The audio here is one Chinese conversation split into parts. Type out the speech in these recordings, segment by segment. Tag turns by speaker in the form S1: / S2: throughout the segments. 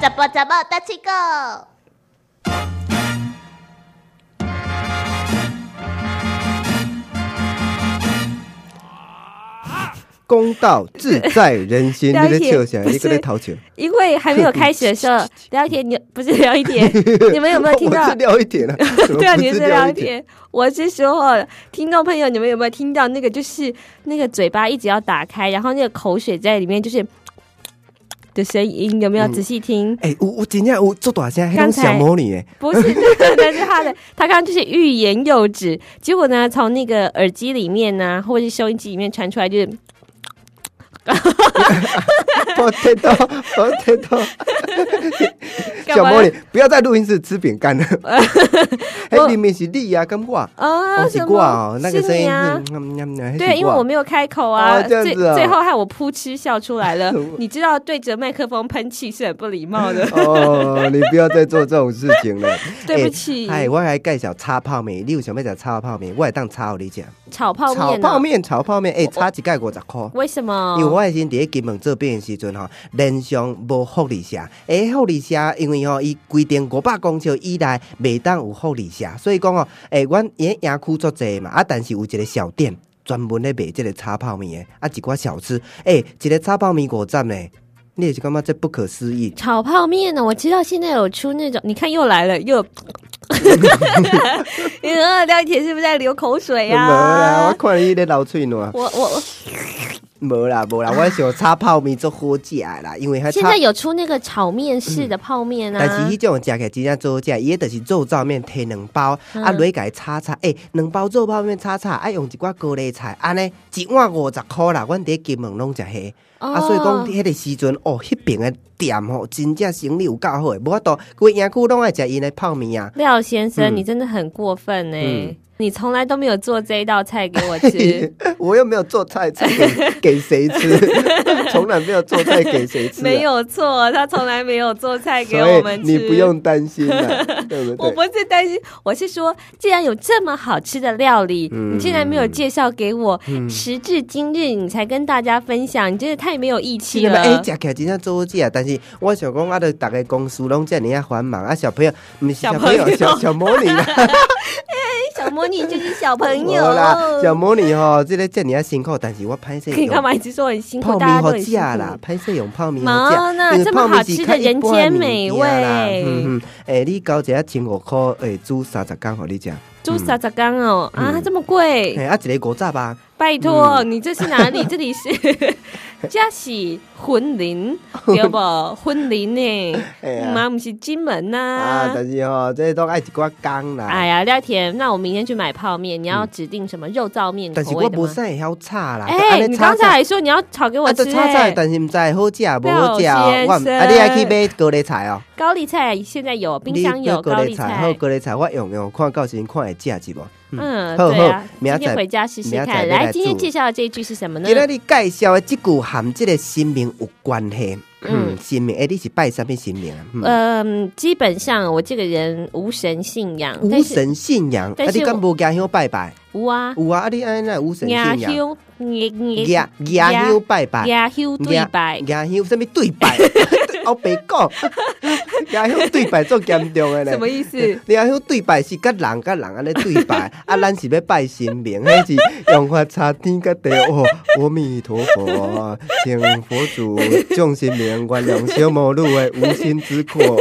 S1: 怎么怎么大七个？
S2: 公道自在人心，
S3: 了
S2: 你
S3: 解
S2: 在笑啥？
S3: 不
S2: 你
S3: 是
S2: 搁在淘球？
S3: 因为还没有开学的 时候，聊一天你不是聊一天，你们有没有听
S2: 我
S3: 到
S2: 是？聊一 点啊，怎么
S3: 对啊，
S2: 不
S3: 你
S2: 是
S3: 是
S2: 聊
S3: 聊
S2: 一
S3: 一
S2: 点。
S3: 天。我这时候听众朋友，你们有没有听到那个？就是那个嘴巴一直要打开，然后那个口水在里面，就是的声音，有没有
S2: 嗯
S3: 仔 细听？
S2: 哎，有有真正有做大声，还种
S3: 刚才
S2: 小魔女 哎，
S3: 不是，那是他的，他刚刚就是欲言又止。结果呢，从那个耳机里面呢、或者是收音机里面传出来，就是
S2: 我听到，我听到，
S3: 干
S2: 小
S3: 嘛
S2: 魔女不要在录音室吃饼干 了。哎，
S3: 我
S2: 明明是你呀，跟我，
S3: 啊
S2: 我是
S3: 什
S2: 我
S3: 么
S2: 哦，？那个
S3: 是
S2: 声音
S3: 你啊
S2: 是嗯嗯，嗯
S3: 对，因为我没有开口啊，
S2: 哦这样
S3: 最
S2: 子啊。，
S3: 最后害我扑哧笑出来了你知道对着麦克风喷气是很不礼貌的
S2: 哦，你不要再做这种事情 了。
S3: 对不起。
S2: 哎，我还介绍炒泡面，你有想要食炒泡面，我会当炒给你食。
S3: 炒泡面、
S2: 炒
S3: 啊，
S2: 泡面，啊炒泡面，哎，炒一盖五十块。
S3: 为什么？。
S2: 因为我以前伫咧金门做兵的时阵吼，连上无福利社，诶，福利社因为吼伊规定五百公尺以内袂当有福利社，所以讲吼，诶，阮沿野区足济嘛，啊，但是有一个小店专门咧卖即个炒泡面的，啊，一寡小吃，诶，一个炒泡面五十呢，你也是感觉这不可思议
S3: 炒泡面呢？我知道现在有出那种，你看又来了，又， 你呃，廖一铁是不是在流口水
S2: 无啦，我
S3: 哎呀、
S2: 看你咧流喙暖，
S3: 我我
S2: 无啦无啦，我想炒泡面做好食的啦，因为它
S3: 现
S2: 炒
S3: 在有出那个炒面式的泡面啊，
S2: 嗯但是迄种食起来真正做好食，伊迄就是肉燥面摕两包，
S3: 嗯
S2: 啊落去甲伊炒炒，诶、两包肉泡面炒炒，啊用一寡高丽菜，安尼一碗五十箍啦，阮伫金门拢食迄，
S3: 哦
S2: 啊所以讲迄个时阵，哦，迄边的店吼，真正生意有够好的，无法度规营区拢爱食因的泡面啊。
S3: 廖先生，
S2: 嗯
S3: 你真的很过分呢、
S2: 嗯
S3: 你从来都没有做这一道菜给 我吃。
S2: 我又没有做菜吃给给谁吃， 从来没有做菜给谁吃、啊，
S3: 没，有错，他从来没有做菜给
S2: 所
S3: 我们
S2: 以
S3: 吃。
S2: 你不，用担心 了，对不
S3: 我
S2: 对？
S3: 不是担心，我是说，既然有这么好吃的料理，
S2: 嗯
S3: 你竟然没有介绍给我，时至今日你才跟大家分享，你真的太没有义气
S2: 是嘛？
S3: 了。
S2: 哎，食起来真正做好食，但是我想讲，啊，都逐个公司拢遮尔啊繁忙啊，小朋友，毋是小朋友，
S3: 小朋
S2: 小
S3: 友
S2: 小魔女啦，
S3: 小魔女就是小 朋
S2: 无
S3: 友
S2: 啦，小魔女吼，即个遮尔啊辛苦，但是我歹势
S3: 你干
S2: 用
S3: 嘛一直说很辛苦？
S2: 泡
S3: 大家
S2: 面
S3: 都
S2: 好
S3: 很
S2: 食
S3: 辛苦
S2: 啦，嗯歹势用泡面好
S3: 妈
S2: 食。
S3: 那
S2: 因为
S3: 这么
S2: 泡面
S3: 好
S2: 是
S3: 吃
S2: 较
S3: 的
S2: 一
S3: 人
S2: 般
S3: 间
S2: 物
S3: 美
S2: 件
S3: 味
S2: 啦嗯嗯，哎，你交一下千五块，哎，煮三十工互你食，
S3: 猪傻傻刚哦啊，
S2: 嗯
S3: 这么贵！
S2: 哎，啊，一个五十啊，
S3: 拜托，你这是哪
S2: 嗯
S3: 里？这 里是嘉喜婚林，对不？婚林呢？
S2: 哎
S3: 嗯
S2: 呀，
S3: 妈，不是金门
S2: 啊，
S3: 呐、
S2: 但是吼，这都爱一寡工啦。
S3: 哎呀，廖甜，那我明天去买泡面，你要指定什么肉燥面
S2: 嗯但是
S3: 口
S2: 我
S3: 味的
S2: 无
S3: 吗？
S2: 啥会晓炒啦，就
S3: 哎、
S2: 安尼
S3: 你
S2: 炒
S3: 刚
S2: 炒
S3: 才还说你要炒给我
S2: 啊，
S3: 吃、
S2: 就炒菜，
S3: 哎
S2: 但是毋知好食无好食
S3: 廖
S2: 哦。
S3: 先
S2: 我
S3: 生
S2: 毋啊，你爱去买高丽菜哦，
S3: 高丽菜现在有，冰
S2: 你
S3: 箱有
S2: 买高
S3: 高
S2: 丽
S3: 丽
S2: 菜，好高丽菜，我用用看到时阵看会食是无？
S3: 嗯，
S2: 好
S3: 对啊
S2: 好，明仔
S3: 今天回家试试
S2: 明仔
S3: 看。
S2: 再来
S3: 来，今天
S2: 煮
S3: 介绍的这一句是什么呢
S2: 今？仔日介绍的即句含即个神明有关系，嗯，
S3: 嗯
S2: 神明，诶，你是拜啥物神明啊？嗯
S3: 嗯、基本上我这个人无神信仰，
S2: 无
S3: 但是
S2: 神信仰，啊，
S3: 但是
S2: 你敢
S3: 我
S2: 无家乡拜拜？
S3: 无啊，
S2: 有啊，啊，你安尼无神信
S3: 牙
S2: 仰，
S3: 修，牙
S2: 家家乡拜拜，
S3: 牙修对白，
S2: 家乡啥物对拜？ 我白讲， 家乡对拜足严重诶咧
S3: 什。么 意思？
S2: 你啊，迄对拜是甲人甲人安尼对 拜，啊，咱是要拜神明，迄是用法差天甲地哦。阿弥陀佛， 请佛祖众神明原谅小魔女的无心之 过。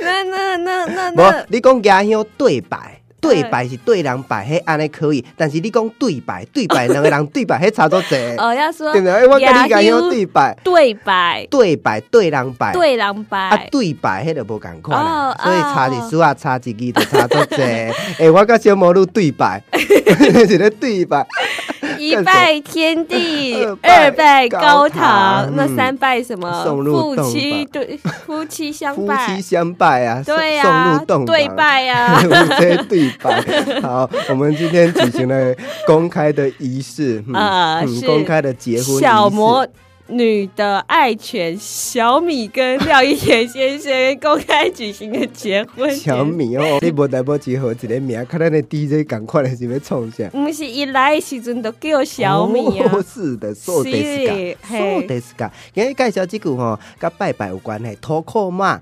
S3: 那那那那
S2: 无
S3: 那，
S2: 你讲家乡对拜。对拜是对人拜，迄安尼可以。但是你讲对拜，对拜两个人对拜，迄差多 济，
S3: 哦，要说
S2: 对不对？哎我甲你家
S3: 家
S2: 乡
S3: 乡
S2: 对拜，
S3: 对白，
S2: 对拜对人拜，
S3: 对狼
S2: 啊
S3: 白，，
S2: 对白迄就无共款啦
S3: 哦，
S2: 所以差历史啊，差一支就差足济。 诶，我甲小魔女对白， 是咧对白，
S3: 一拜天地
S2: 二，拜
S3: 二拜高
S2: 高
S3: 堂
S2: 堂，
S3: 那
S2: 嗯
S3: 三拜什么？
S2: 送入洞
S3: 夫妻
S2: 吧
S3: 对，夫妻 相
S2: 夫妻
S3: 拜，
S2: 相拜啊，送
S3: 对
S2: 送
S3: 呀
S2: 入洞，
S3: 对
S2: 房。
S3: 拜呀。
S2: 我们这些对白， 好，我们今天举行了公开的仪式，嗯
S3: 啊
S2: 嗯
S3: 是
S2: 公开的结婚仪式
S3: 小魔女的爱犬小米跟廖一田先生公开举行的结婚典
S2: 小米哦，你无代无志好一个名，看咱的 DJ 赶快来是要创啥？
S3: 不是伊来的时阵都叫小米啊。
S2: 哦、是的，そうですか，
S3: 是
S2: そう
S3: 嘿
S2: ですか。今日介绍这句吼，甲拜拜有关系，脱裤嘛，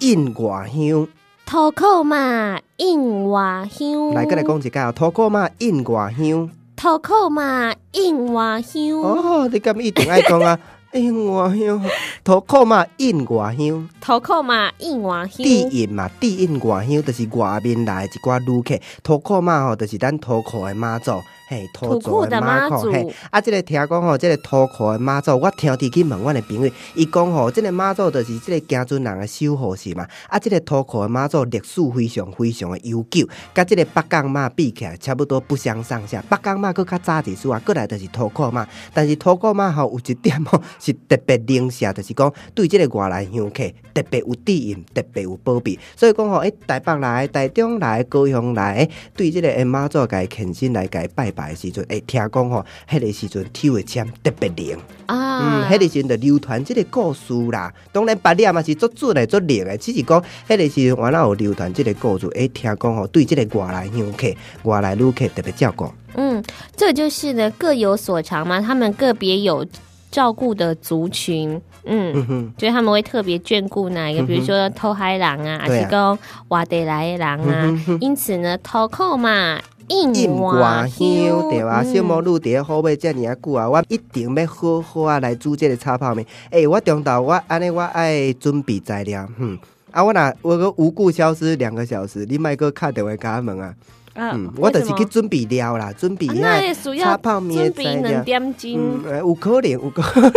S2: 印外香。
S3: 头壳嘛，印外香
S2: 来，再来讲一下，脱裤嘛，印外香。
S3: 头壳嘛，印外香
S2: 哦，你咁一定爱讲啊，印外香，脱裤嘛，印外香。
S3: 头壳嘛，印外香
S2: 地印嘛，地印外乡就是外面来的一寡旅客，土库嘛吼，就是咱土库的妈祖，嘿，土
S3: 土
S2: 库
S3: 库的
S2: 妈
S3: 妈
S2: 祖，
S3: 祖
S2: 嘿，啊，即、个听讲吼，即、个土库的妈祖，我听地去问阮的朋友，伊讲吼，即、个妈祖就是即个行尊人的守护神嘛，啊，即、个土库的妈祖历史非常非常的悠久，甲即个北港嘛比起来，差不多不相上下，北港嘛佫较早一丝啊，过来就是土库嘛，但是土库嘛吼有一点吼 是特别灵性，就是讲对即个外来乡客特别有指引，特别有保庇。所以讲吼，诶，台北来、台中来、高雄来，对即个因妈祖家虔诚来家拜拜的时阵，诶，听讲吼，迄个时阵抽的签特别灵，嗯，
S3: 啊
S2: 迄个时阵就流传即个故事啦。当然白领嘛是足准的、足灵的，只是讲迄个时阵我哪有流传即个故事，诶，听讲吼，对即个外来乡客、外来旅客特别照顾。
S4: 嗯，这就是呢各有所长嘛，他们个别有照顾的族群，嗯。
S2: 嗯哼，
S4: 就是他们会特别眷顾哪一个，
S2: 嗯哼
S4: 比如说偷海狼啊，还
S2: 对啊
S4: 是讲瓦地来的狼啊。
S2: 嗯哼哼
S4: 因此呢，偷扣嘛，啊
S2: 印
S4: 印
S2: 外
S4: 瓦
S2: 香对吧？
S3: 嗯
S4: 嗯
S2: 小魔女伫咧好尾遮尔啊久啊，我一定要好好啊来煮即个炒泡面。诶、我中昼我安尼我爱准备材料，嗯。啊，我若我个无故消失两个小时，你莫个敲电话甲我问啊。
S3: 啊
S2: 嗯，我就是去
S3: 为什么啊
S2: 准备料啦，准备
S4: 啊
S2: 遐
S4: 那也主
S2: 炒
S4: 要
S2: 泡
S4: 准
S2: 面的
S4: 备
S2: 材
S4: 两。
S2: 料
S4: 点钟
S2: 嗯，。呃有可能，有可能。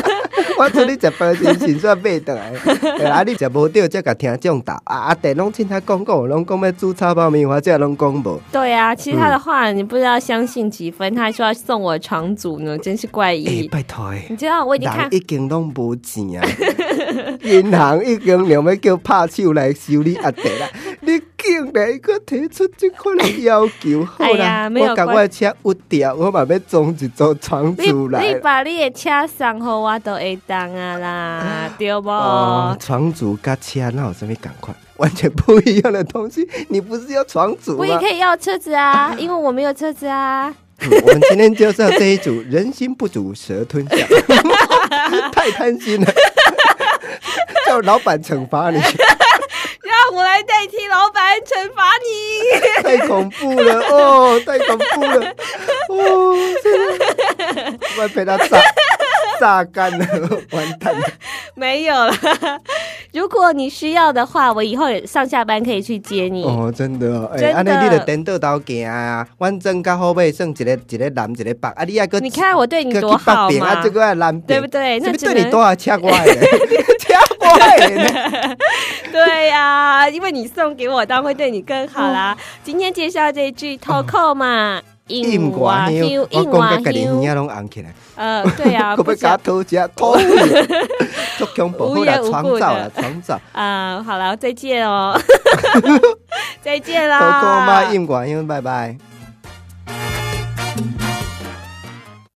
S2: 我昨日食饭时先算买倒来，对啊，你食无着，才甲听众斗啊啊！电拢凊彩讲讲，拢讲要煮炒泡面，我这拢讲无。
S3: 对啊，其
S2: 嗯
S3: 实他的话你不知道相信几分，他还说要送我床组呢，真是怪
S2: 哎、
S3: 异。
S2: 拜托诶。
S3: 哎你知道我已经
S2: 人
S3: 看
S2: 已经拢无钱啊， 银行已经连要叫拍手来修理阿弟啦。 你竟然搁提出这款的要求，好
S3: 哎
S2: 啦，
S3: 呀没有
S2: 我赶
S3: 关
S2: 快车有掉，我嘛要装一座床
S3: 你
S2: 出来
S3: 你。把你的车送好，我都会当啊 啦，对不？
S2: 哦，床主跟车那有什么赶快？完全不一样的东西。你不是要床主
S3: 我也
S2: 吗
S3: 可？以要车子 啊，因为我没有车子啊。
S2: 嗯我们今天就是要这一组，人心不足蛇吞 象， 太贪心了， 叫老板惩罚你。
S3: 让我来代替老板惩罚你。
S2: 太恐怖了哦，太恐怖了哦，真的，我被他 榨榨干了，完蛋了。
S3: 没有啦， 如果你需要的话，我以后也上下班可以去接你。
S2: 哦，真的哦，哎、
S3: 嗯真的
S2: 安尼你就颠倒头行啊，反正到后尾算一个一个南一个北，啊，你啊个
S3: 你看我对你多好
S2: 边
S3: 嘛
S2: 啊，这，个啊南
S3: 对
S2: 边
S3: 不，对？
S2: 是
S3: 那
S2: 不
S3: 只
S2: 是对你
S3: 能
S2: 多少吃我的， 吃我的呢。
S3: 对呀、因为你送给我，当然会对你更好啦。今天介绍这一句 t o k o 嘛，
S2: 硬瓜香，我讲到家己耳，仔拢红起来，
S3: 呃，对 呀、啊，
S2: 可
S3: 不
S2: 不
S3: 知道
S2: 加偷吃 偷你，足恐怖，好啦，
S3: 无缘无
S2: 创
S3: 故
S2: 造啦
S3: 的，
S2: 创 造。
S3: 啊、好了，再见哦，再见啦，
S2: 投稿嘛，应管，因为拜拜。